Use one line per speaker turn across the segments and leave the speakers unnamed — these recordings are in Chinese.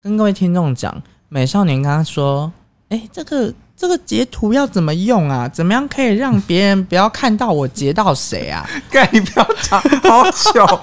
跟各位听众讲，美少年刚刚说，哎、这个这个截图要怎么用啊？怎么样可以让别人不要看到我截到谁啊？
干，你不要讲好久。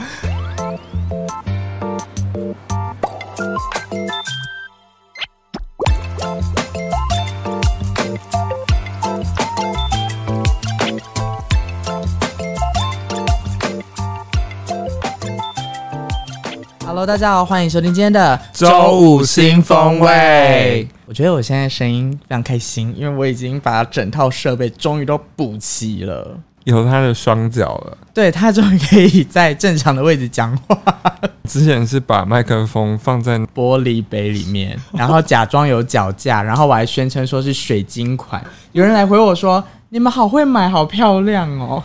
Hello，大家好，欢迎收听今天的
周五新风味。
我觉得我现在声音非常开心，因为我已经把整套设备终于都补齐了。
有他的双脚了，
对他终于可以在正常的位置讲话，
之前是把麦克风放在
玻璃杯里面， 然后假装有脚架，然后我还宣称说是水晶款。有人来回我说：“你们好会买，好漂亮哦。”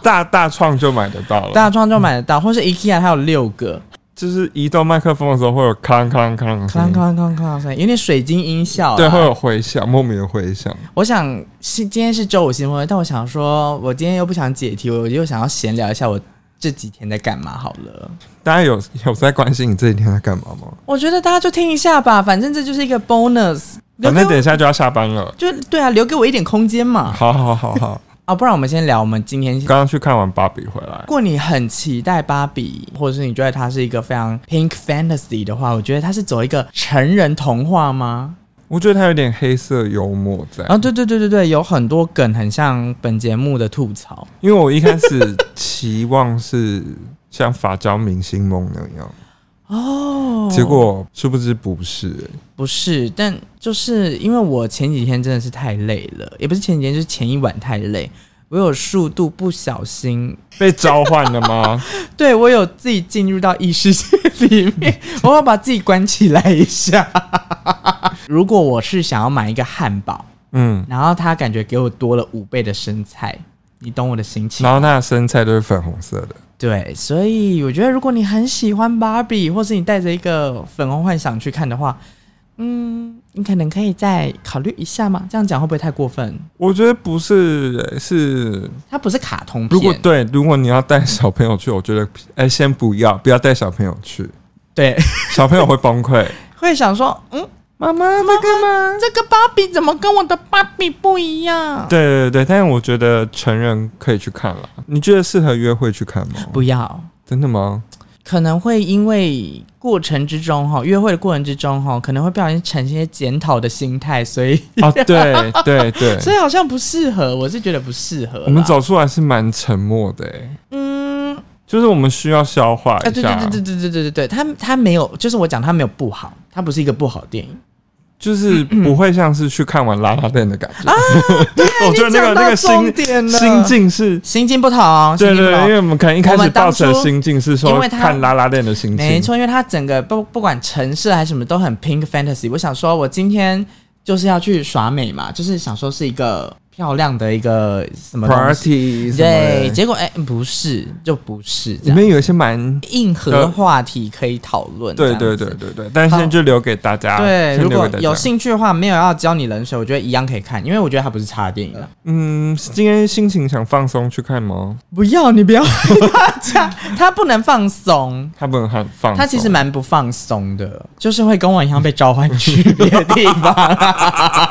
大大创就买得到了，
大创就买得到，或是 IKEA 它有六个，
就是移动麦克风的时候会有咔啦咔啦咔啦
哐啷哐啷哐啷哐啷声音，有点水晶音效。
对，会，有回响，莫名的回响。
我想是今天是周五新闻，但我想说，我今天又不想解题，我又想要闲聊一下我这几天在干嘛好了。
大家有有在关心你这几天在干嘛吗？
我觉得大家就听一下吧，反正这就是一个 bonus，留给
反正等
我
一下就要下班了。
就对啊，留给我一点空间嘛。
好好好好，
啊，不然我们先聊我们今天。如
刚刚去看完芭比回来，
果你很期待芭比，或者是你觉得它是一个非常 pink fantasy 的话，我觉得它是走一个成人童话吗？
我觉得他有点黑色幽默在，
啊，对对对对对，有很多梗很像本节目的吐槽。
因为我一开始期望是像法胶明星梦那 样，
哦
结果殊不知不是、欸
不是，但就是因为我前几天真的是太累了，也不是前几天，就是前一晚太累。我有数度不小心，
被召唤了 吗？
对我有自己进入到异世界里 面，我要把自己关起来一 下。如果我是想要买一个汉堡，
嗯，
然后他感觉给我多了五倍的生菜，你懂我的心情吗
然后它的生菜都是粉红色的，
对，所以我觉得如果你很喜欢芭比，或是你带着一个粉红幻想去看的话，嗯，你可能可以再考虑一下嘛。这样讲会不会太过分？
我觉得不是、欸是
它不是卡通片，
如果对，如果你要带小朋友 去，我觉得哎、先不要，不要带小朋友去，
对
小朋友会崩溃。
会想说，嗯，
妈妈，那个吗？
这个芭比怎么跟我的芭比不一样？
对对对，但是我觉得成人可以去看了。你觉得适合约会去看吗？
不要，
真的 吗？
可能会因为过程之中哈，约会的过程之中哈，可能会不小心产生一些检讨的心态，所以
啊，对对 对，
所以好像不适合，我是觉得不适合啦。
我们走出来是蛮沉默的、欸，
嗯。
就是我们需要消化
啊，
一
对
下。
对对对对对对对对，他他没有，就是我讲他没有不好，他不是一个不好的电影。
就是
嗯
不会像是去看完拉拉队的感 觉。我觉得那个
啊你讲到
那个
重
心
点了
心境是，
心境不同，心
对
境不
对对，
同
因为我们可能一开
我
始
们当
抱
初
持的心境是
因
说
为他
看拉拉队的心
没
境，
错，因为他整个不不管城市还是什么都很 pink fantasy。我想说，我今天就是要去耍美嘛，就是想说是一个漂亮的一个什么东西
party 什
对，
么的，
结果哎、不是，就不是这
里
样。
面有一些蛮，
硬核话题可以讨论，
对
这
对
样子
对对对，但是现在就留给大家，
对。
先
如
留
果
给大家
有兴趣的话，没有要教你冷水，我觉得一样可以看，因为我觉得它不是差的电影啊。
嗯，今天心情想放松去看吗？
不要，你不要害大家，他不能放松。
他不能很放松，
他其实蛮不放松的，就是会跟我一样被召唤去别的地方。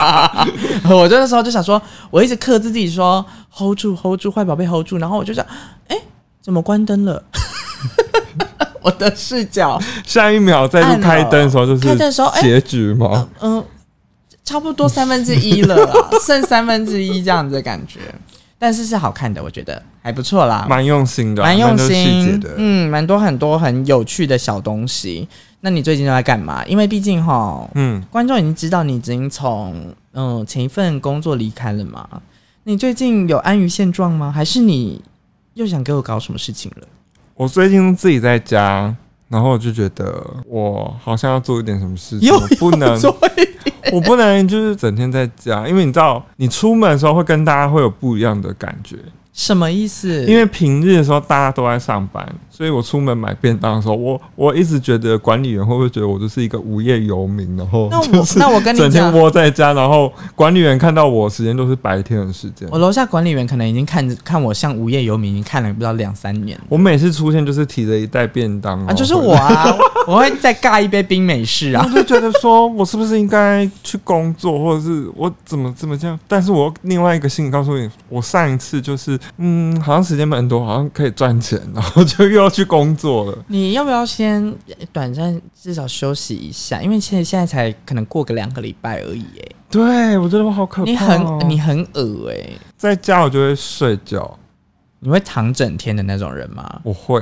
我那时候就想说，我一直克制自己说 hold 住 hold 住，坏宝贝 hold 住，然后我就想，哎、怎么关灯了？ 我的视角，
下一秒再去开灯的时候就是
开灯的时候哎
结局吗？
嗯、差不多三分之一了啦，剩三分之一这样子的感觉，但是是好看的，我觉得还不错啦，
蛮用心的啊，
蛮用
多细节
心
的，，
嗯，蛮多很多很有趣的小东西。那你最近都在干嘛？因为毕竟哈，
嗯，
观众已经知道你已经从嗯前一份工作离开了嘛。你最近有安于现状吗？还是你又想给我搞什么事情了？
我最近自己在家，然后我就觉得我好像要做一点什么事情，
又
我不能，
所以
我不能就是整天在家，因为你知道，你出门的时候会跟大家会有不一样的感觉，
什么意思？
因为平日的时候大家都在上班，所以我出门买便当的时候，我我一直觉得管理员会不会觉得我就是一个无业游民，然后
那
就
我
是
那我跟你
整天
讲，
窝在家，然后管理员看到我时间都是白天的时间。
我楼下管理员可能已经看看我像无业游民，已经看了不知道两三年了。
我每次出现就是提着一袋便当
啊，就是我，啊， 我会再尬一杯冰美式
然
啊。
后回来我就觉得说我是不是应该去工作，或者是我怎么怎么这样？但是我另外一个心里告诉你，我上一次就是嗯，好像时间蛮多，好像可以赚钱，然后就又要去工作 了。
你要不要先呃短暂至少休息一下？因为现在现在才可能过个两个礼拜而已、欸，
对，我觉得我好可怕、哦。
你很你很恶哎、
在家我就会睡觉，
你会躺整天的那种人吗？
我会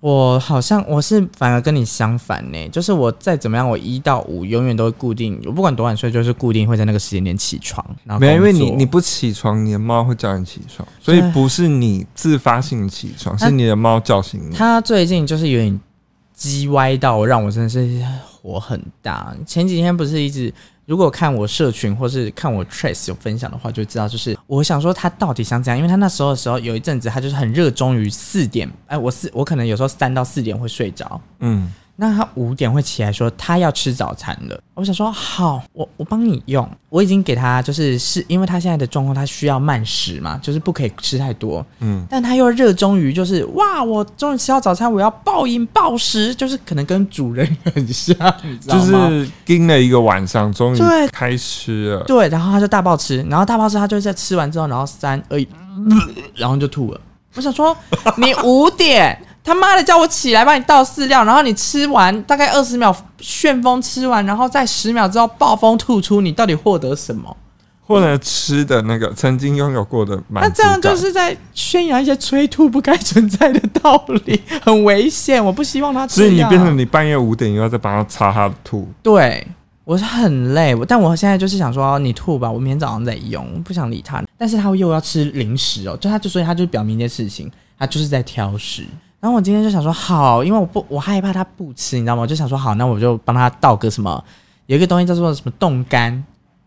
我好像我是反而跟你相反呢、就是我再怎么样，我一到五永远都会固定，我不管多晚睡，就是固定会在那个时间点起床。然后
没有，因为
工
你
作
你不起床，你的猫会叫你起床，所以
对
不是你自发性起床，
它
是你的猫叫醒你。
他最近就是有点叽歪到我，让我真的是火很大。前几天不是一直，如果看我社群或是看我 Trace 有分享的话，就知道，就是我想说他到底想怎样，因为他那时候的时候有一阵子，他就是很热衷于四点，哎、我四我可能有时候三到四点会睡着。
嗯，
那他五点会起来说他要吃早餐了，我想说好，我我帮你用，我已经给他就是是因为他现在的状况，他需要慢食嘛，就是不可以吃太多，
嗯，
但他又热衷于就是哇，我终于吃到早餐，我要暴饮暴食，就是可能跟主人很像，你知道
就
吗？
是盯了一个晚上，终于
对
开吃了。
对，然后他就大爆吃，然后大爆吃，他就在吃完之后，然后三 二一，然后就吐了。我想说，你五点他妈的叫我起来帮你倒饲料，然后你吃完大概二十秒旋风吃完，然后在十秒之后暴风吐出，你到底获得什么？
或者吃的那个曾经拥有过的满
那
足
这
感
样就是在宣扬一些催吐不该存在的道理，很危险。我不希望他
所
这
以你
样。
变成你半夜五点又要再帮他擦他的吐，
对，我是很累，我但我现在就是想说，你吐吧，我明天早上再用，我不想理他。但是他又要吃零食哦，就他就所以他就表明一件事情，他就是在挑食。然后我今天就想说，好，因为我不我害怕他不吃，你知道吗？我就想说，好，那我就帮他倒个什么，有一个东西叫做什么冻干，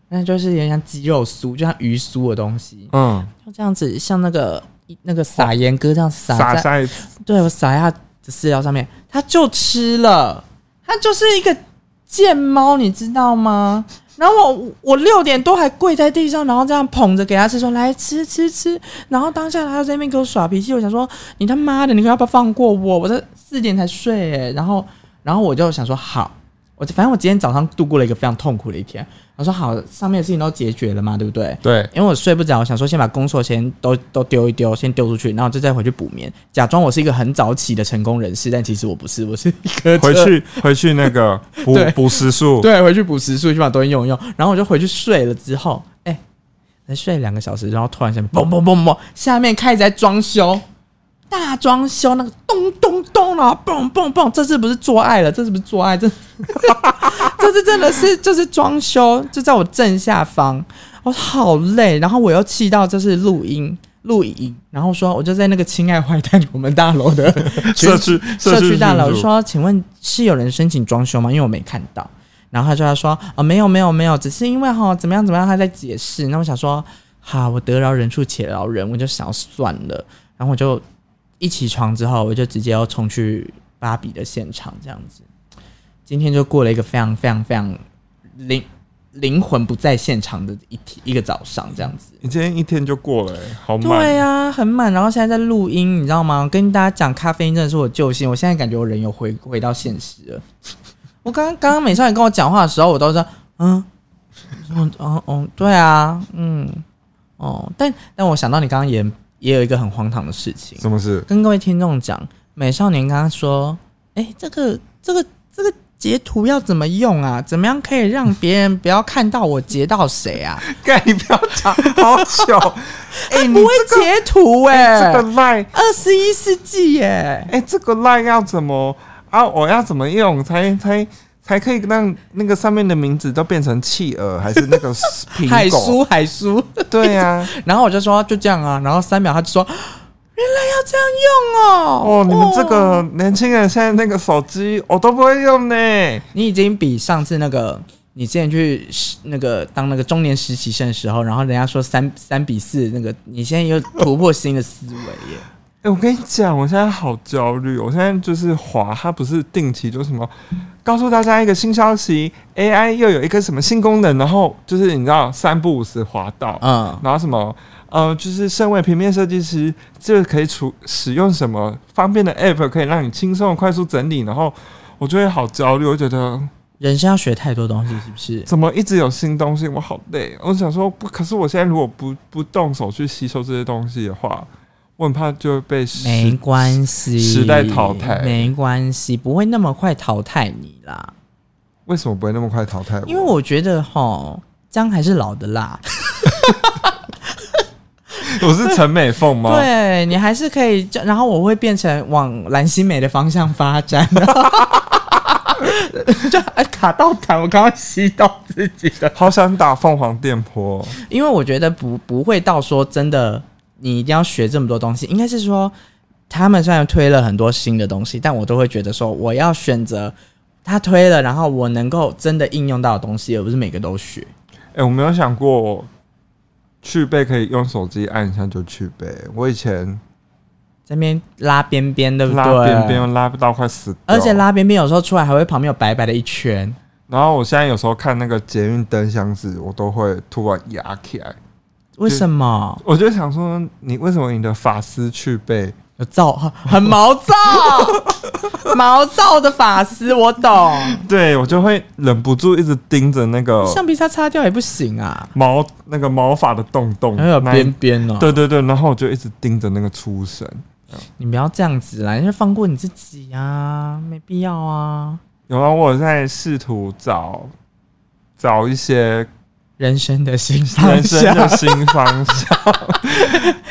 那就是有点像鸡肉酥，就像鱼酥的东西，
嗯，
就这样子，像那个那个撒盐哥这样撒
撒
在
在
对我撒在他的饲料上面，他就吃了。他就是一个贱猫，你知道吗？然后我我六点多还跪在地上，然后这样捧着给他吃，说来吃吃吃。然后当下他就在那边给我耍脾气，我想说你他妈的，你可要不要放过我？我在四点才睡、欸，然后然后我就想说好，我反正我今天早上度过了一个非常痛苦的一天。我说好，上面的事情都解决了嘛，对不对？
对，
因为我睡不着，我想说先把工作先都都丢一丢，先丢出去，然后就再回去补眠，假装我是一个很早起的成功人士，但其实我不是，我是一个
回去回去那个补
呃对
补时数，
对回去补时数，去把东西用一用，然后我就回去睡了之后，哎、才睡两个小时，然后突然下面嘣嘣嘣嘣，下面开始在装修，大装修，那个咚咚咚然后嘣嘣嘣，这次不是做爱了，这次不是做爱，这 这次真的是就是装修，就在我正下方，我好累，然后我又气到这是录音。录影，然后说，我就在那个亲爱坏蛋我们大楼的群
社区
社
区
区大楼
群组
说：“请问是有人申请装修吗？因为我没看到。”然后他就要说：“啊、没有，没有，没有，只是因为哈怎么样怎么样，他在解释。”那我想说：“好，我得饶人处且饶人，我就想要算了。”然后我就一起床之后，我就直接要冲去芭比的现场，这样子。今天就过了一个非常非常非常灵灵魂不在现场的一天一个早上，这样子。
你今天一天就过了、欸，好慢。
对啊，很满。然后现在在录音，你知道吗？跟大家讲，咖啡因真的是我救星。我现在感觉我人有回回到现实了。 我刚刚刚美少女跟我讲话的时候，我都说嗯，嗯嗯嗯，对啊，嗯哦。但但我想到你刚刚也也有一个很荒唐的事情，
什么事？
跟各位听众讲，美少年刚刚说，哎、这个这个这个截图要怎么用啊？怎么样可以让别人不要看到我截到谁 啊？
干，你不要讲，好 糗。哎、
他
你
不会
这个
截图哎、
这个欸赖，
二十一世纪耶！
哎、这个赖要怎么啊？我要怎么用才才才可以让那个上面的名字都变成企鹅，还是那个苹果？
海叔，海叔，
对啊呀、
然后我就说就这样啊，然后三秒他就说， 原来要这样用哦。
哦，你们这个年轻人现在那个手机我都不会用呢。哎
你已经比上次那个你之前去实那个当那个中年实习生的时候，然后人家说三三比四那个，你现在又突破新的思维耶。
哎、我跟你讲，我现在好焦虑，我现在就是滑，它不是定期就是什么。告诉大家一个新消息，AI 又有一个什么新功能，然后就是你知道三不五时滑到，
嗯，
然后什么，呃，就是身为平面设计师，这可以处使用什么方便的 App 可以让你轻松地快速整理，然后我就会好焦虑，我就觉得
人生要学太多东西，是不是？
怎么一直有新东西，我好累。我想说，不，可是我现在如果不不动手去吸收这些东西的话，我很怕就会被时
没关系，
时代淘汰
没关系，不会那么快淘汰你啦。
为什么不会那么快淘汰我？
因为我觉得哈，姜还是老的辣，
我是陈美凤吗？
对你还是可以就，然后我会变成往蓝心美的方向发展。就哎卡到痰，我刚刚吸到自己的，
好想打凤凰电波，
因为我觉得不不会到说真的，你一定要学这么多东西，应该是说他们虽然推了很多新的东西，但我都会觉得说我要选择他推了，然后我能够真的应用到的东西，而不是每个都学。
哎、我没有想过去背可以用手机按一下就去背。我以前
这边拉边边，对不对？
拉边边拉不到快死掉，
而且拉边边有时候出来还会旁边有白白的一圈，
然后我现在有时候看那个捷运灯箱子，我都会突然压起来。
为什么？
我就想说，你为什么你的发丝去背？
有躁， 很毛躁，毛躁的发丝我懂，
对我就会忍不住一直盯着那个
橡皮擦擦掉也不行啊，
毛那个毛发的洞洞，
还有
那一
边边哦。
对对对，然后我就一直盯着那个出神。
你不要这样子啦，你就放过你自己啊，没必要啊。
然后我在试图找找一些
人生的新方
人生的
向，
新方向，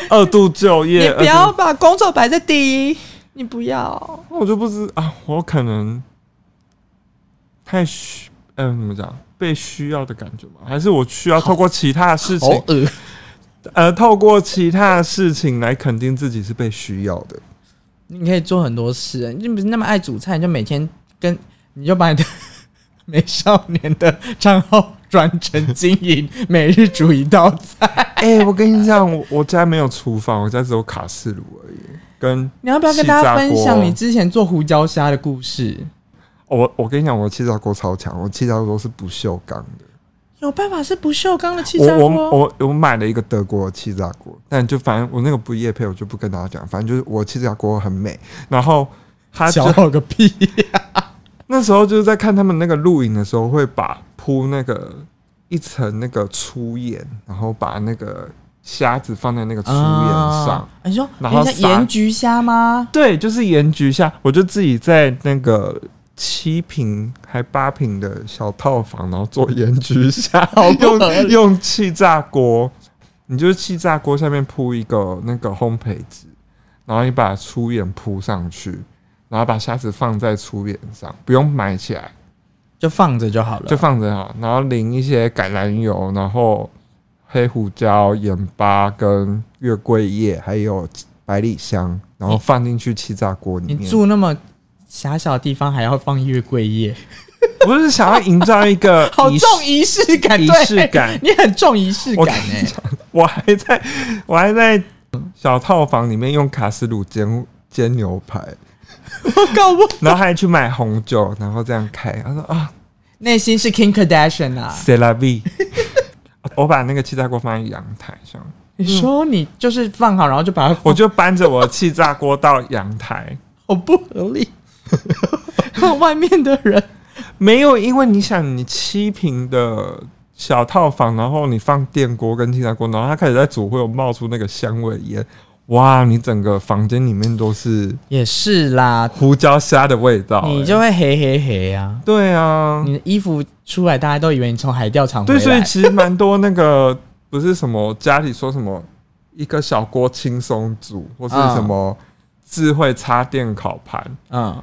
二度就
你
业，
不要把工作摆在第一，你不要。
二度我就不知啊，我可能太需，嗯、怎么讲？被需要的感觉吗？还是我需要透过其他的事情，
恶，
呃，透过其他的事情来肯定自己是被需要的？
你可以做很多事，啊你不是那么爱煮菜，你就每天跟你就把你的 美少年的 账号转成经营，每日煮一道菜。
哎、我跟你讲，我我家没有厨房，我家只有卡式炉而已。跟
你要不要跟大家分
气炸
享
锅
你之前做胡椒虾的故事？
哦我我跟你讲，我气炸锅超强，我气炸锅是不锈钢的。
有办法是不锈钢的气炸
我
锅？
我我我买了一个德国的气炸锅，但就反正我那个不夜配，我就不跟大家讲。反正就是我气炸锅很美，然后它就
小好个屁！
那时候就是在看他们那个录影的时候，会把铺那个一层那个粗盐，然后把那个虾子放在那个粗盐上。
啊你说
然后
人家
撒
盐焗虾吗？
对，就是盐焗虾，我就自己在那个七平还八平的小套房，然后做盐焗虾，
不合
用
理
用气炸锅，你就是气炸锅下面铺一个那个烘焙纸，然后你把粗盐铺上去，然后把虾子放在粗盐上，不用埋起来，
就放着就好了。
就放着好，然后淋一些橄榄油，然后黑胡椒、盐巴跟月桂叶，还有百里香，然后放进去气炸锅里
你
面。
住那么狭小的地方，还要放月桂叶，
我是想要营造一个
好
仪式
重仪式感，
仪
对
式感
你很重仪式
我
感
跟
哎、
我还在我还在小套房里面用卡斯炉煎煎牛排，
我搞不，
然后还去买红酒，然后这样开。他说啊
内心是 Kim Kardashian 啊！
，C'est la vie。我把那个气炸锅放在阳台上，
你说你就是放好，然后就把它
我就搬着我的气炸锅到阳台。
好不合理，让外面的人
没有，因为你想，你七平的小套房，然后你放电锅跟气炸锅，然后它开始在煮，会有冒出那个香味烟。哇，你整个房间里面都是
也是啦，
胡椒虾的味道、
你
欸
就会嘿嘿嘿啊！
对啊，
你的衣服出来，大家都以为你从海钓场回
对，
来。
所以其实蛮多那个不是什么家里说什么一个小锅轻松煮，或
啊
是什么智慧插电烤盘，
嗯，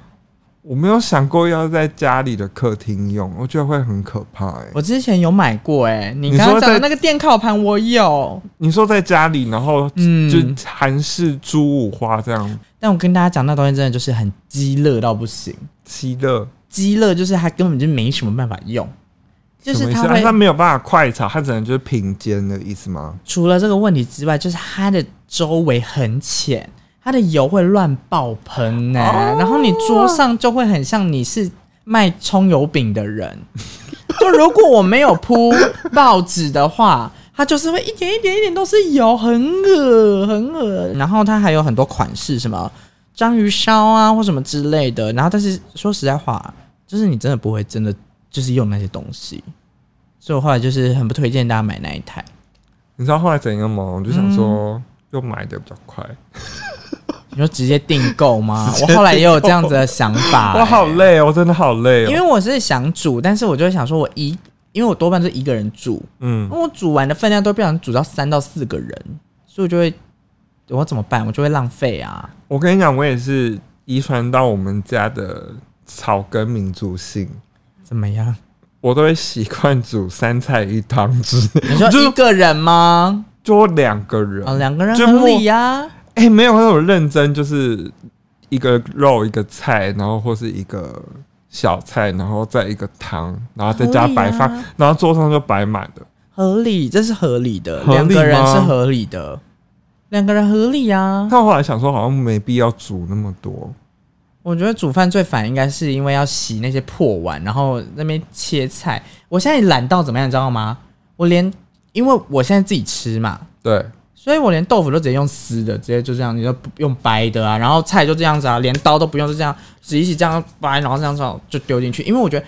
我没有想过要在家里的客厅用，我觉得会很可怕哎、
我之前有买过哎、你
你
刚刚
说
讲的那
在
个电烤盘我有，
你说在家里，然后
嗯
就韩式猪五花这样
但我跟大家讲，那东西真的就是很鸡肋到不行，
吸热，
鸡肋就是它根本就没什么办法用，就
什
是
么意
它
思？啊
会
它没有办法快炒，它只能就是平煎的意思吗？
除了这个问题之外，就是它的周围很浅，它的油会乱爆喷呢、然后你桌上就会很像你是卖葱油饼的人。 就如果我没有铺报纸的话，它就是会一点一点一点都是油，很恶很恶。然后它还有很多款式，什么章鱼烧啊或什么之类的。然后但是说实在话，就是你真的不会真的就是用那些东西，所以我后来就是很不推荐大家买那一台。
你知道后来怎样吗？我就想说，
嗯
又买的比较快，
你说直接订购 吗？我后来也有这样子的想法、
我好
欸
累哦，我真的好累
因
哦。
为我是想煮，但是我就会想说，我一因为我多半是一个人煮，
嗯
那，我煮完的分量都不想煮到三到四个人，所以我就会我怎么办？我就会浪费啊！
我跟你讲，我也是遗传到我们家的草根民族性，
怎么样？
我都会习惯煮三菜一汤汁，
你说
就
一个人吗？
就两个人
啊、两个人
就
合
默
理呀、
哎、没有那种认真，就是一个肉一个菜，然后或是一个小菜，然后再一个汤，然后再加白饭，
合理啊
然后桌上就摆满了。
合理，这是合理的，
合理
两
吗
个人是合理的，两个人合理啊。
但我后来想说，好像没必要煮那么多。
我觉得煮饭最烦应该是因为要洗那些破碗，然后那边切菜。我现在懒到怎么样，你知道吗？我连因为我现在自己吃嘛，
对，
所以我连豆腐都直接用撕的，直接就这样，你就不用掰的啊，然后菜就这样子啊，连刀都不用，就这样洗一洗这样掰，然后这样子啊就丢进去。因为我觉得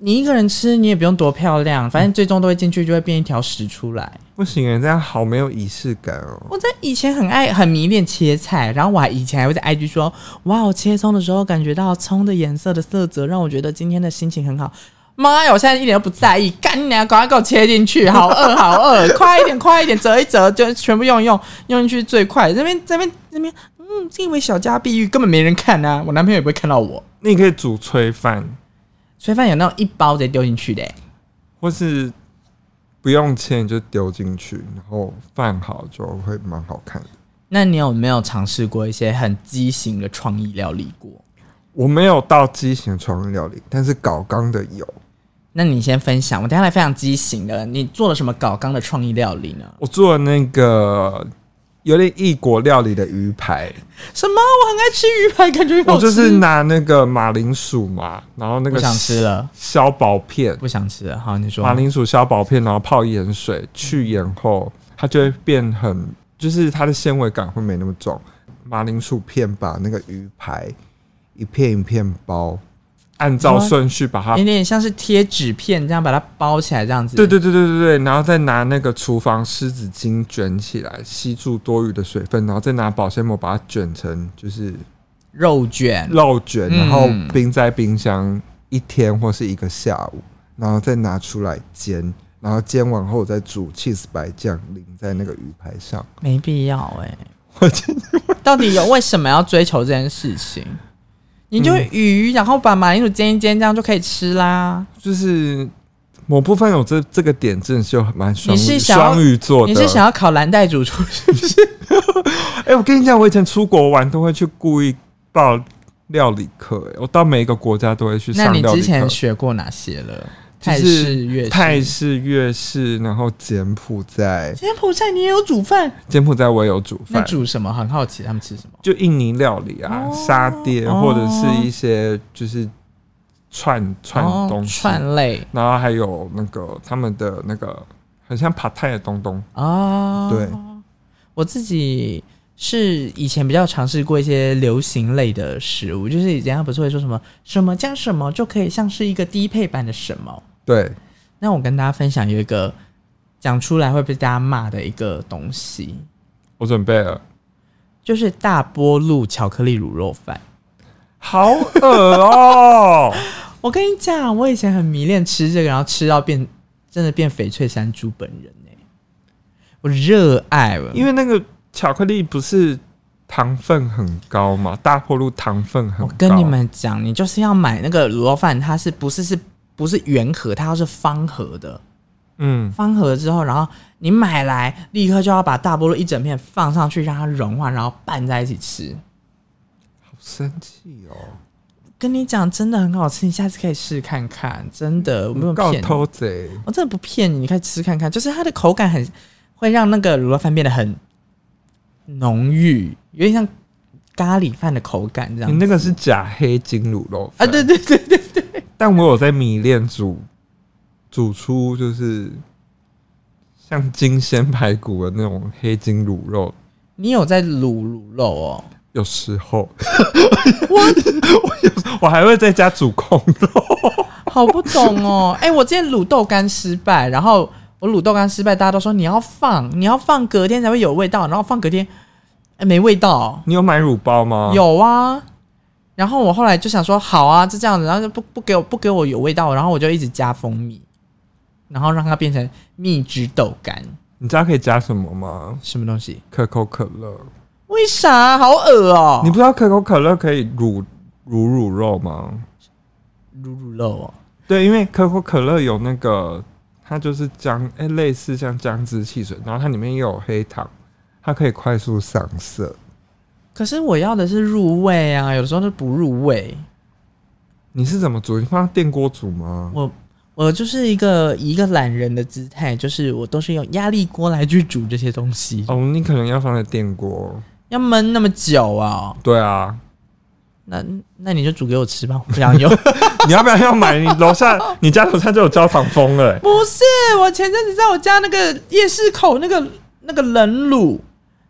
你一个人吃，你也不用多漂亮，反正最终都会进去，就会变一条食出来。
不行哎，这样好没有仪式感哦。
我在以前很爱很迷恋切菜，然后我还以前还会在 IG 说，哇，我切葱的时候感觉到葱的颜色的色泽，让我觉得今天的心情很好。妈呀！我现在一点都不在意，干你娘！赶快给我切进去，好饿，好饿，快一点，快一点，折一折，就全部用一用，用进去最快。这边，这边，这边，嗯，这位小家碧玉根本没人看啊，我男朋友也不会看到我。
你可以煮炊饭，
炊饭有那种一包直接丢进去的、欸
或是不用切你就丢进去，然后饭好就会蛮好看的。
那你有没有尝试过一些很畸形的创意料理过？
我没有到畸形的创意料理，但是搞刚的有。
那你先分享，我等一下来分享畸形的。你做了什么搞纲的创意料理呢？
我做那个有点异国料理的鱼排，
什么？我很爱吃鱼排，感觉很好
我
吃。
哦就是拿那个马铃薯嘛，然后那
不
个
想吃了，
削薄片，
不想吃了。好，你说
马。铃薯削薄片，然后泡盐水去盐后，它就会变很，就是它的纤维感会没那么重。马铃薯片把那个鱼排一片一片包，按照顺序把它
有点像是贴纸片这样把它包起来，这样子。
对对对对对对，然后再拿那个厨房湿纸巾卷起来，吸住多余的水分，然后再拿保鲜膜把它卷成就是
肉卷。
肉卷，
嗯
然后冰在冰箱一天或是一个下午，然后再拿出来煎，然后煎完后再煮 cheese 白酱淋在那个鱼排上。
没必要哎、
我真的
到底有为什么要追求这件事情？你就鱼，然后把马铃薯煎一煎，这样就可以吃啦。
就是某部分有这这个点，真的是有蛮双鱼
你是想要
双鱼座的。
你是想要考蓝带主厨是不是？
哎、我跟你讲，我以前出国玩都会去故意报料理课、哎我到每一个国家都会去
那
上
你
料理
之前
课。
学过哪些了？
就
泰式、
是
粤式、
泰式、粤式，然后柬埔寨，
柬埔寨你也有煮饭？
柬埔寨我也有煮
那
饭，
煮什么？很好奇他们吃什么。
就印尼料理啊，
哦
沙爹
哦
或者是一些就是串串东
哦、
西，
串类
然后还有那个他们的那个很像帕泰的东东，
哦。
对，
我自己是以前比较尝试过一些流行类的食物，就是人家不是会说什么什么加什么就可以像是一个低配版的什么。
对，
那我跟大家分享有一个讲出来会被大家骂的一个东西，
我准备了，
就是大波露巧克力卤肉饭。
好 恶哦、
我跟你讲，我以前很迷恋吃这个，然后吃到变真的变翡翠山猪本人呢、我热爱了，
因为那个巧克力不是糖分很高嘛，大坡路糖分很
我
高，啊
跟你们讲，你就是要买那个卤肉饭，它是不是是不是圆盒，它要是方盒的，
嗯，
方盒之后，然后你买来立刻就要把大菠萝一整片放上去，让它融化，然后拌在一起吃。
好生气哦、
跟你讲，真的很好吃，你下次可以试看看，真的，我没有
告
骗你，
偷贼，
我真的不骗你，你可以吃看看，就是它的口感很会让那个卤肉饭变得很浓郁，有点像咖喱饭的口感这样
你那个是假黑金卤肉
啊，
饭
对对对对，
但我有在迷恋煮煮出就是像金鲜排骨的那种黑金卤肉，
你有在卤卤肉哦？
有时候我 有我还会在家煮控肉，
好不懂哦。 哎、我之前卤豆干失败，然后我卤豆干失败，大家都说你要放，你要放隔天才会有味道，然后放隔天，哎、没味道，
你有买乳包吗？，
有啊。然后我后来就想说，好啊，就这样子，然后就不不给我不给我有味道，然后我就一直加蜂蜜，然后让它变成蜜汁豆干，
你知道可以加什么吗？
什么东西？
可口可乐，
为啥？好恶哦、
你不知道可口可乐可以卤卤乳肉吗？
卤卤肉哦、
对，因为可口可乐有那个，它就是姜，哎、类似像姜汁汽水，然后它里面也有黑糖，它可以快速上色。
可是我要的是入味啊，有的时候就不入味。
你是怎么煮？你放在电锅煮吗？
我我就是一个以一个懒人的姿态，就是我都是用压力锅来去煮这些东西，
哦，你可能要放在电锅。
要焖那么久啊、
对啊，
那那你就煮给我吃吧，我不想用。
你要不要要买？你 楼下，你家楼下就有焦糖风了、欸。
不是，我前阵子在我家那个夜市口那个那个冷卤，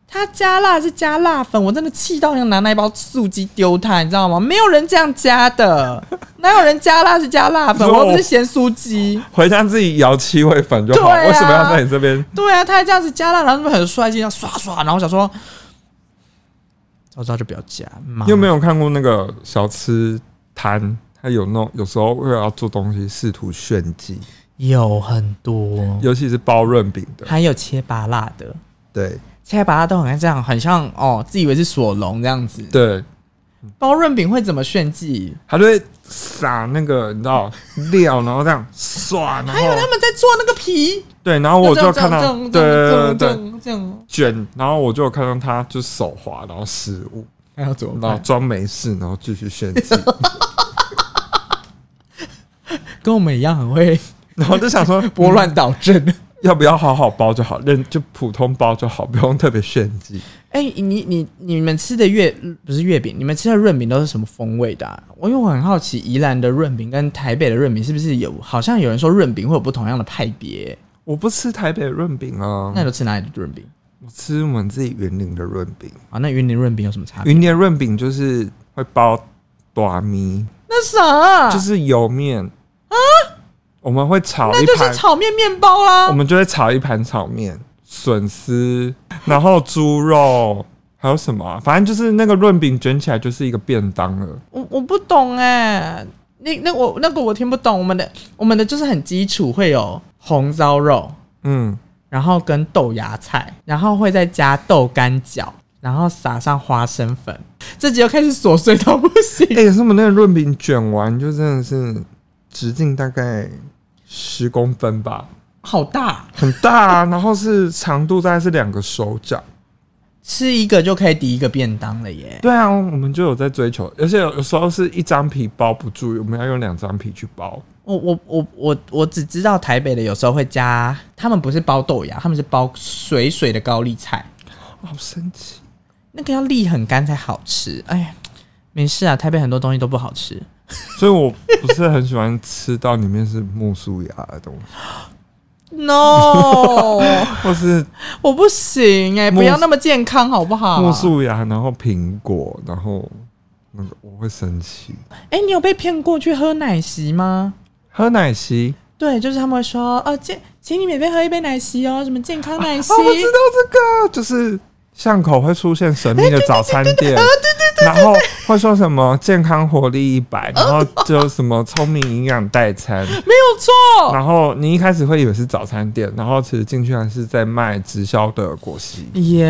他加辣是加辣粉，我真的气到想拿那一包素鸡丢他，你知道吗？没有人这样加的，哪有人加辣是加辣粉？
你说
我
我
又不是咸酥鸡。
回家自己摇七味粉就好，
对啊
为什么要在你这边？
对啊，他还这样子加辣，然后那边很帅气，这样刷刷，然后我想说，早知道就不要加。妈
你有没有看过那个小吃摊？它有那种有时候为了要做东西，试图炫技，
有很多，
尤其是包润饼的。
还有切拔辣的，
对
切拔辣都很爱这样，很像哦，自以为是索隆这样子。
对，
包润饼会怎么炫技？
它就会撒那个你知道料，然后这样刷，然
还有他
后
们在做那个皮，
对，然后哦我就看到
这样这样
对对对
这
对
样这样，
卷，然后我就有看到他就手滑，然后失误，
还要怎么
然后
办？
装没事，然后继续炫 技，
跟我们一样很会
然后就想说
拨乱倒正。
要不要好好包就好，认就普通包就好，不用特别炫技。
哎、你你你们吃的月不是月饼，你们吃的润饼都是什么风味的、啊？我因为我很好奇，宜兰的润饼跟台北的润饼是不是有？好像有人说润饼会有不同样的派别、
我不吃台北润饼啊
那，你都吃哪里的润饼？
我吃我们自己云林的润饼。
啊，那云林润饼有什么差别？
云林的润饼就是会包短米，
那啥、啊，
就是油面啊，我们会炒
那
一
就
盘
是，炒面面包啊
我
啦。
们就会炒一盘炒面、笋丝，然后猪肉，还有什么啊、反正就是那个润饼卷起来就是一个便当了。
我我不懂哎、那那我那个我听不懂。我们的我们的就是很基础，会有红烧肉，
嗯，
然后跟豆芽菜，然后会再加豆干饺，然后撒上花生粉。这集又开始琐碎到不行。
哎、可是我们那个润饼卷完就真的是直径大概十公分吧，
好大，
很大、啊，然后是长度大概是两个手掌。
吃一个就可以抵一个便当了耶。
对啊，我们就有在追求，而且有有时候是一张皮包不住，我们要用两张皮去包。
我我我我我只知道台北的有时候会加，他们不是包豆芽，他们是包水水的高丽菜，
哇好神奇！
那个要沥很干才好吃。哎呀，没事啊，台北很多东西都不好吃。
所以我不是很喜欢吃到里面是木薯芽的东西，
No，
或是
我不行哎、
木
不要那么健康好不好？
木薯芽，然后苹果，然后那个我会生气。
哎、你有被骗过去喝奶昔吗？
喝奶昔，
对，就是他们会说，哦，健，请你免费喝一杯奶昔哦，什么健康奶昔。
哦，我知道这个，就是巷口会出现神秘的早餐 店，然后会说什么健康活力一
哦
百，然后就什么聪明营养代餐，
没有错。
然后你一开始会以为是早餐店，然后其实进去还是在卖直销的果昔。
也、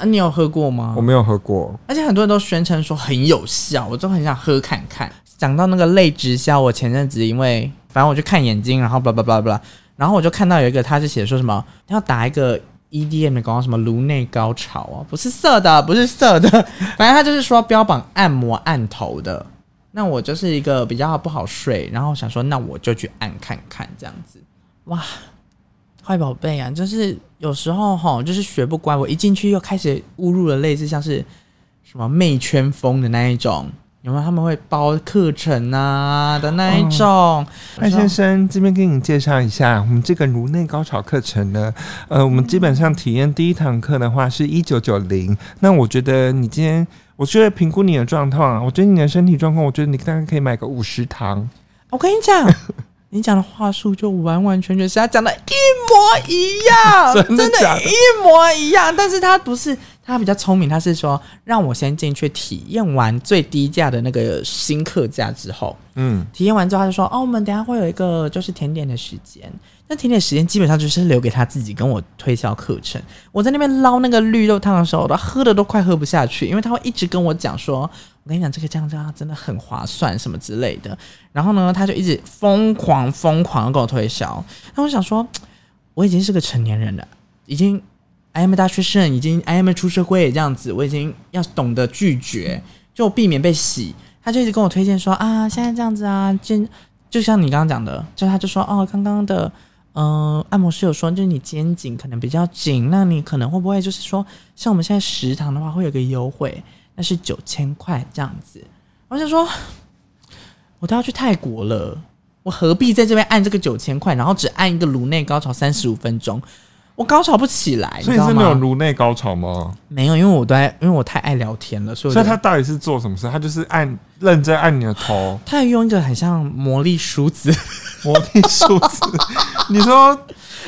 啊你有喝过吗
我？没有喝过，
而且很多人都宣称说很有效，我都很想喝看看。讲到那个类直销，我前阵子因为反正我去看眼睛，然后巴拉巴拉巴拉，然后我就看到有一个他是写说什么要打一个 EDM 的广告，什么颅内高潮啊，不是色的，不是色的， 反正他就是说标榜按摩按头的。那我就是一个比较不好睡，然后想说那我就去按看看这样子。哇，坏宝贝啊，就是有时候哈，就是学不乖，我一进去又开始误入了类似像是什么媚圈风的那一种，有没有他们会包课程啊的那一种？
艾先生，这边给你介绍一下，我们这个颅内高潮课程呢，呃，我们基本上体验第一堂课的话是一九九零。那我觉得你今天，我觉得评估你的状况啊，我觉得你的身体状况，我觉得你大概可以买个五十堂。
我跟你讲， 你讲的话术就完完全全是他讲的一模一样，
真的
真
假的
一模一样。但是他不是，他比较聪明，他是说让我先进去体验完最低价的那个新客价之后，
嗯，
体验完之后他就说，哦，我们等一下会有一个就是甜点的时间。那甜点时间基本上就是留给他自己跟我推销课程。我在那边捞那个绿豆汤的时候，我都喝的都快喝不下去，因为他会一直跟我讲说，我跟你讲这个这样这样真的很划算什么之类的。然后呢，他就一直疯狂疯狂的给我推销。那我想说，我已经是个成年人了，已经 I am 大学生，已经 I am 出社会这样子，我已经要懂得拒绝，就避免被洗。他就一直跟我推荐说啊，现在这样子啊，肩就像你刚刚讲的，就他就说哦，刚刚的嗯、呃按摩师有说，就是你肩颈可能比较紧，那你可能会不会就是说，像我们现在食堂的话会有个优惠，那是九千块这样子。我就说，我都要去泰国了，我何必在这边按这个九千块，然后只按一个颅内高潮三十五分钟，我高潮不起来，你知
所以
道
是没有
吗？
颅内高潮吗？
没有，因为我都在，因为我太爱聊天了，所以我
所以
就，
他到底是做什么事？他就是按认真按你的头
他也用一个很像魔力梳子，
魔力数字。 你说，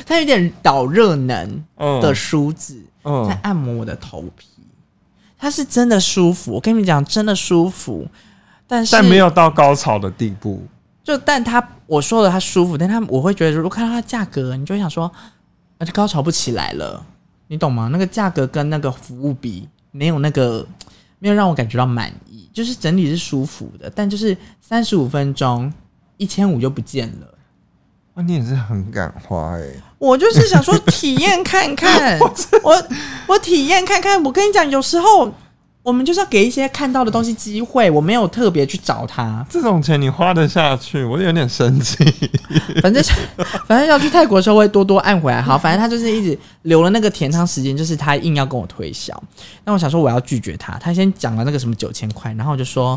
他有点导热能
嗯
的梳子。在
嗯，
按摩我的头皮，它是真的舒服。我跟你们讲，真的舒服，但是
但没有到高潮的地步。
就但它我说了它舒服，但它我会觉得，如果看到它价格，你就会想说，那就高潮不起来了，你懂吗？那个价格跟那个服务比，没有那个没有让我感觉到满意，就是整体是舒服的，但就是三十五分钟一千五就不见了。
哇，你也是很敢花哎、
我就是想说体验看看，我我体验看看。我跟你讲，有时候我们就是要给一些看到的东西机会，我没有特别去找他。
这种钱你花得下去，我有点生气。
反正反正要去泰国的时候会多多按回来。好，反正他就是一直留了那个甜汤时间，就是他硬要跟我推销。那我想说我要拒绝他，他先讲了那个什么九千块，然后我就说。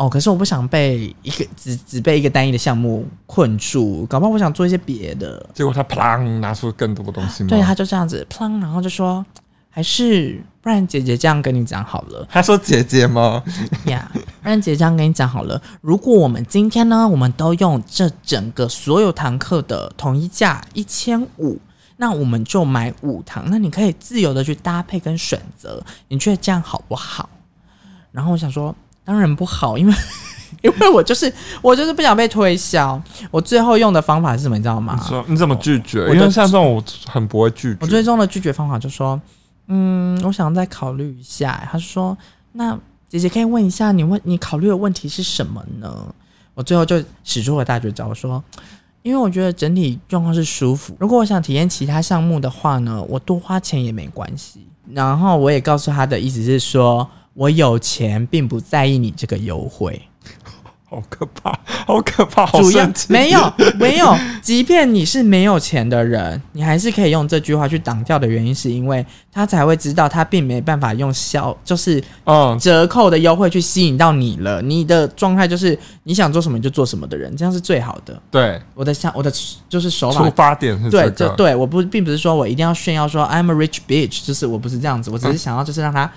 哦，可是我不想被一个只只被一个单一的项目困住，搞不好我想做一些别的。
结果他砰拿出更多东西吗？
对，他就这样子，砰，然后就说，还是不然姐姐这样跟你讲好 了
他说姐姐吗？
呀，不然姐姐这样跟你讲好了。如果我们今天呢，我们都用这整个所有堂课的统一价一千五。那我们就买五堂，那你可以自由的去搭配跟选择，你觉得这样好不好？然后我想说，当然不好，因为 因为我就是我就是不想被推销。我最后用的方法是什么，你知道吗？
你说你怎么拒绝？
啊我
因为
就
像这种我很不会拒
我最
绝。
终的拒绝方法就说，嗯，我想再考虑一下。他说，那姐姐可以问一下，你问你考虑的问题是什么呢？我最后就使出我的大绝招，我说，因为我觉得整体状况是舒服。如果我想体验其他项目的话呢，我多花钱也没关系。然后我也告诉他的意思是说，我有钱，并不在意你这个优惠。
好可怕，好可怕，好
主要
生气。
没有没有，即便你是没有钱的人，你还是可以用这句话去挡掉的原因，是因为他才会知道他并没办法用销就是
嗯，
折扣的优惠去吸引到你了。你的状态就是你想做什么你就做什么的人，这样是最好的。
对，
我的想我的就是手
出
法。
发点是
对，
这
这
个。
对我不并不是说我一定要炫耀说 I'm a rich bitch，就是我不是这样子，我只是想要就是让他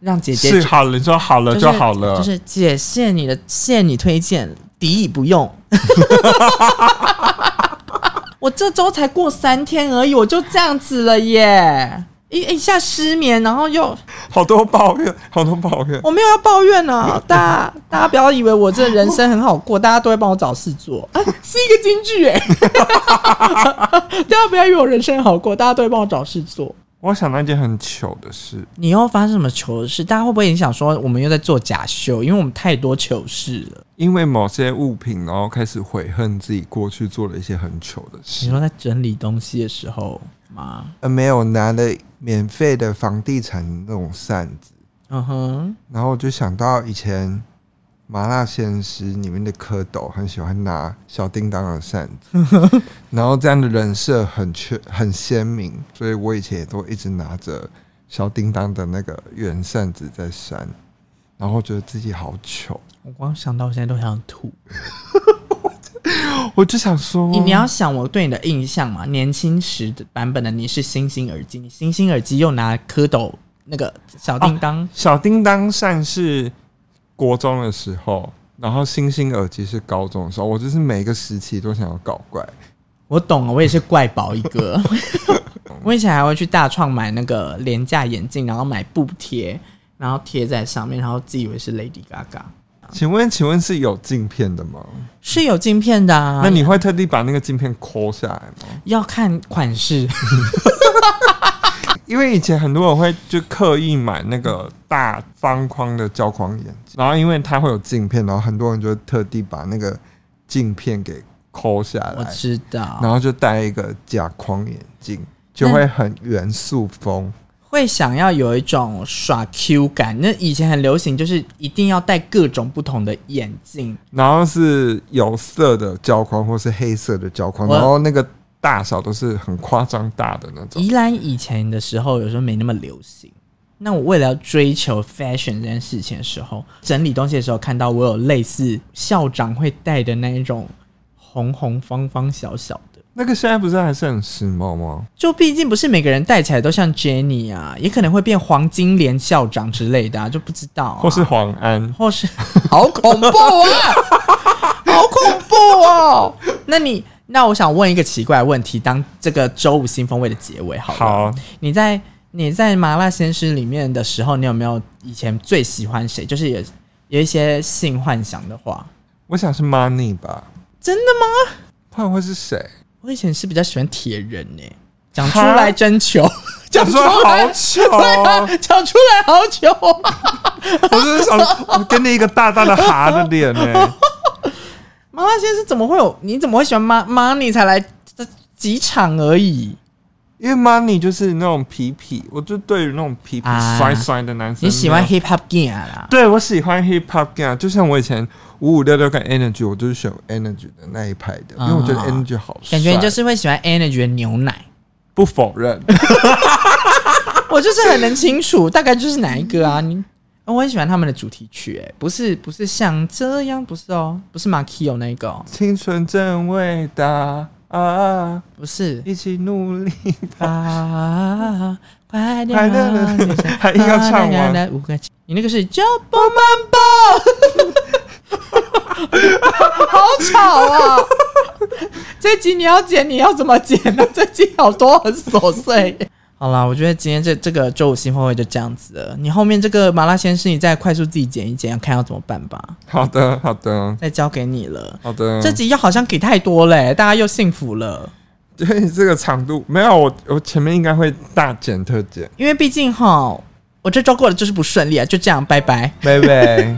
让姐姐
是好了，你说好了
就是
就好了。
就是姐，谢谢你的，谢谢你推荐，敌意不用。 我这周才过三天而已，我就这样子了耶，一一下失眠，然后又
好多抱怨，好多抱怨。
我没有要抱怨呢， 大家大家不要以为我这人生很好过，大家都会帮我找事做， 啊、是一个金句哎， 大家不要以为我人生好过，大家都会帮我找事做。
我想到一件很糗的事，
你又发生什么糗事？大家会不会也想说我们又在做假秀？因为我们太多糗事了。
因为某些物品，然后开始悔恨自己过去做了一些很糗的
你
事。
说在整理东西的时候吗？
呃，没有拿了免费的房地产那种扇子。
嗯哼，
然后我就想到以前《麻辣鲜师》里面的蝌蚪很喜欢拿小叮当的扇子， 然后这样的人设很确很鲜明，所以我以前也都一直拿着小叮当的那个圆扇子在扇。然后觉得自己好糗，
我光想到我现在都想吐。
我就想说，
你你要想我对你的印象嘛，年轻时的版本的你是星星耳机，你星星耳机又拿蝌蚪那个小叮当，
小叮当扇是国中的时候，然后星星耳机是高中的时候，我就是每个时期都想要搞怪。
我懂了，我也是怪宝一个。 我以前还会去大创买那个廉价眼镜，然后买布贴，然后贴在上面，然后自以为是 Lady Gaga，
请问，请问是有镜片的吗？
是有镜片的、啊。
那你会特地把那个镜片抠下来吗？
要看款式，
因为以前很多人会就刻意买那个大方框的胶框眼镜，然后因为它会有镜片，然后很多人就会特地把那个镜片给抠下
我
来，
知道。
然后就戴一个假框眼镜，就会很元素风。
会想要有一种耍 Q 感。那以前很流行，就是一定要戴各种不同的眼镜。
然后是有色的胶框或是黑色的胶框，
我
然后那个大小都是很夸张大的那种。
宜兰以前的时候，有时候没那么流行。那我为了要追求 fashion 这件事情的时候，整理东西的时候，看到我有类似校长会戴的那一种红红方方小小的。
那个现在不是还是很时髦吗？
就毕竟不是每个人戴起来都像 Jenny 啊，也可能会变黄金莲校长之类的、啊，就不知道、啊。
或是黄安？
或是 好恐怖啊，好恐怖哦。 那你那我想问一个奇怪的问题，当这个周五新风味的结尾好了。
好，
你在你在麻辣鲜师里面的时候，你有没有以前最喜欢谁？就是有有一些性幻想的话，
我想是 Money 吧，
真的吗？
不然会是谁？
我以前是比较喜欢铁人呢、讲出来真糗， 讲
我
出
说
来
好糗
对啊
哦，
讲出来好糗啊。
我就是想，我给你一个大大的哈的脸呢、
麻辣鲜师怎么会有？你怎么会喜欢妈妈你才来这几场而已？
因为 Money 就是那种皮皮，我就对于那种皮皮
啊
酸酸的男生、
你喜欢？hip hop gay 啦？
对，我喜欢 hip hop gang，就啊像我以前五五六六跟 energy，我就是选 energy 的那一派的，因为我觉得
啊
energy 好帅，
感觉你就是会喜欢 energy 的牛奶。
不否认。
我就是很能清楚， 大概就是哪一个啊？你我很喜欢他们的主题曲、哎，不是不是像这样，不是哦，不是马 k i o 那一个、哦，
青春真伟大啊！
不是
一起努力。
啊，快点
快乐
啊，
的还硬要唱完
来五个，你那个是 j u m p Mambo，好吵啊！这集你要剪，你要怎么剪呢、这集好多很琐碎。好啦，我觉得今天这这个周五新峰会就这样子了。你后面这个麻辣鲜师，你再快速自己剪一剪，看要怎么办吧。
好的，好的，
再交给你了。
好的。
这集又好像给太多嘞、大家又幸福了。
对 这个长度没有，我我前面应该会大剪特剪，
因为毕竟哈，我这周过得就是不顺利啊，就这样，拜拜。
拜拜。